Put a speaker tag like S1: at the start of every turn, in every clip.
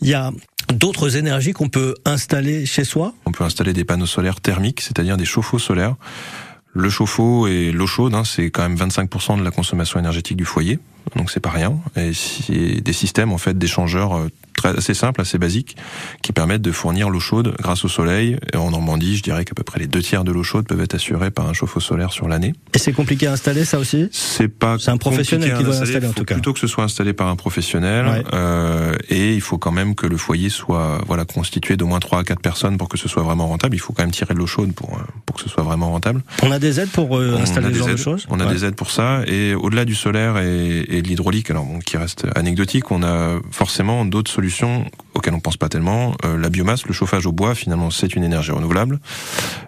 S1: il y a d'autres énergies qu'on peut installer chez soi
S2: On peut installer des panneaux solaires thermiques, c'est-à-dire des chauffe-eau solaires. Le chauffe-eau et l'eau chaude, hein, c'est quand même 25% de la consommation énergétique du foyer, donc c'est pas rien. Et c'est des systèmes en fait d'échangeurs euh, très assez simples, assez basiques, qui permettent de fournir l'eau chaude grâce au soleil. Et en Normandie, je dirais qu'à peu près les deux tiers de l'eau chaude peuvent être assurés par un chauffe-eau solaire sur l'année.
S1: Et c'est compliqué à installer ça aussi
S2: C'est pas
S1: C'est un professionnel
S2: compliqué à
S1: qui doit
S2: installer,
S1: l'installer, en
S2: faut
S1: tout cas.
S2: Plutôt que ce soit installé par un professionnel,
S1: Ouais.
S2: euh, et il faut quand même que le foyer soit voilà constitué d'au moins 3 à 4 personnes pour que ce soit vraiment rentable. Il faut quand même tirer de l'eau chaude pour euh, pour que ce soit vraiment rentable.
S1: On a des aides pour euh,
S2: On a
S1: installer ce
S2: des
S1: genre de
S2: aides-
S1: choses
S2: On a
S1: Ouais.
S2: des aides pour ça. Et au-delà du solaire et, et de l'hydraulique, alors bon, qui reste anecdotique, on a forcément d'autres solutions auxquelles on pense pas tellement. Euh, la biomasse, le chauffage au bois, finalement, c'est une énergie renouvelable.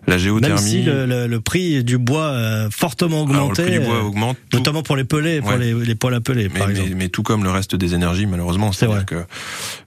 S2: La
S1: Même
S2: géothermie.
S1: si le, le- le prix du bois euh, fortement
S2: alors, le
S1: augmenté,
S2: prix du bois
S1: euh,
S2: augmente. tout-
S1: notamment pour les pelés, pour
S2: Ouais.
S1: les, les poils à peler,
S2: mais,
S1: par
S2: mais-
S1: exemple.
S2: mais tout comme le reste des énergies, malheureusement,
S1: C'est
S2: c'est-à-dire que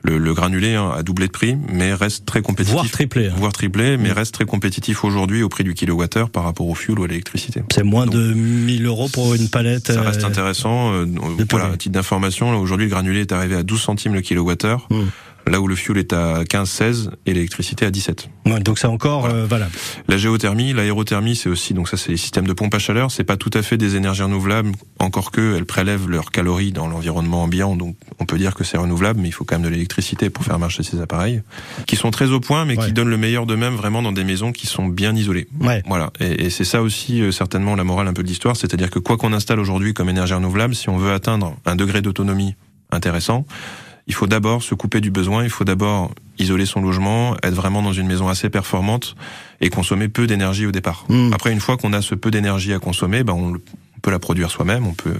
S2: le, le granulé hein, a doublé de prix, mais reste très compétitif,
S1: Voire triplé. hein.
S2: voire triplé, mais reste très compétitif aujourd'hui au prix du kilowattheure par rapport au fuel ou à l'électricité.
S1: C'est moins
S2: Donc,
S1: de 1000 euros Oh, pour une palette.
S2: Ça reste
S1: euh,
S2: intéressant. Euh, voilà,
S1: purée.
S2: à titre d'information, là, aujourd'hui, le granulé est arrivé à 12 centimes le kilowattheure,
S1: Mm.
S2: là où le fuel est à 15-16 et l'électricité à 17.
S1: ouais, donc c'est encore
S2: Voilà.
S1: euh, valable.
S2: La géothermie, l'aérothermie, c'est aussi, donc ça, c'est les systèmes de pompe à chaleur. C'est pas tout à fait des énergies renouvelables, encore que elles prélèvent leurs calories dans l'environnement ambiant. Donc, on peut dire que c'est renouvelable, mais il faut quand même de l'électricité pour faire marcher ces appareils, qui sont très au point, mais
S1: Ouais.
S2: qui donnent le meilleur d'eux-mêmes vraiment dans des maisons qui sont bien isolées.
S1: Ouais.
S2: Voilà, et, et c'est ça aussi euh, certainement la morale un peu de l'histoire, c'est-à-dire que quoi qu'on installe aujourd'hui comme énergie renouvelable, si on veut atteindre un degré d'autonomie intéressant, il faut d'abord se couper du besoin, il faut d'abord isoler son logement, être vraiment dans une maison assez performante et consommer peu d'énergie au départ.
S1: Mm.
S2: Après, une fois qu'on a ce peu d'énergie à consommer, ben on, le- on peut la produire soi-même, on peut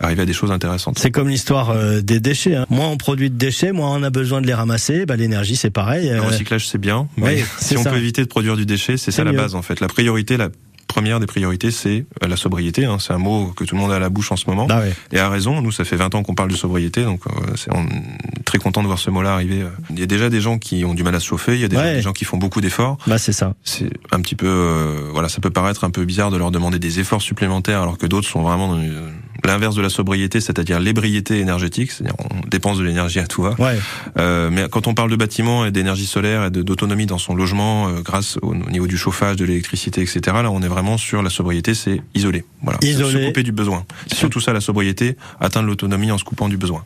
S2: arriver à des choses intéressantes.
S1: C'est comme l'histoire euh, des déchets. hein. Moins on produit de déchets, moins on a besoin de les ramasser. Bah, L'énergie, c'est pareil.
S2: Le
S1: euh,
S2: recyclage, c'est bien, mais
S1: ouais, c'est
S2: si on
S1: ça.
S2: peut éviter de produire du déchet, c'est
S1: C'est
S2: ça la
S1: mieux.
S2: base en fait. La priorité, la première des priorités, c'est euh, la sobriété. hein. C'est un mot que tout le monde a à la bouche en ce moment.
S1: bah ouais.
S2: Et à raison, nous, ça fait 20 ans qu'on parle de sobriété, donc euh, c'est- on est très content de voir ce mot-là arriver. euh. Il y a déjà des gens qui ont du mal à se chauffer, il y a déjà
S1: Ouais.
S2: des gens qui font beaucoup d'efforts.
S1: Bah, c'est ça.
S2: C'est un petit peu, euh, voilà, ça peut paraître un peu bizarre de leur demander des efforts supplémentaires, alors que d'autres sont vraiment dans une- l'inverse de la sobriété, c'est-à-dire l'ébriété énergétique, c'est-à-dire on dépense de l'énergie à tout va.
S1: Ouais.
S2: Euh, mais quand on parle de bâtiment et d'énergie solaire et de- d'autonomie dans son logement, euh, grâce au, au niveau du chauffage, de l'électricité, etc., là, on est vraiment sur la sobriété, c'est isolé. Voilà.
S1: Isolé.
S2: Se couper du besoin. C'est surtout ça, la sobriété, atteindre l'autonomie en se coupant du besoin.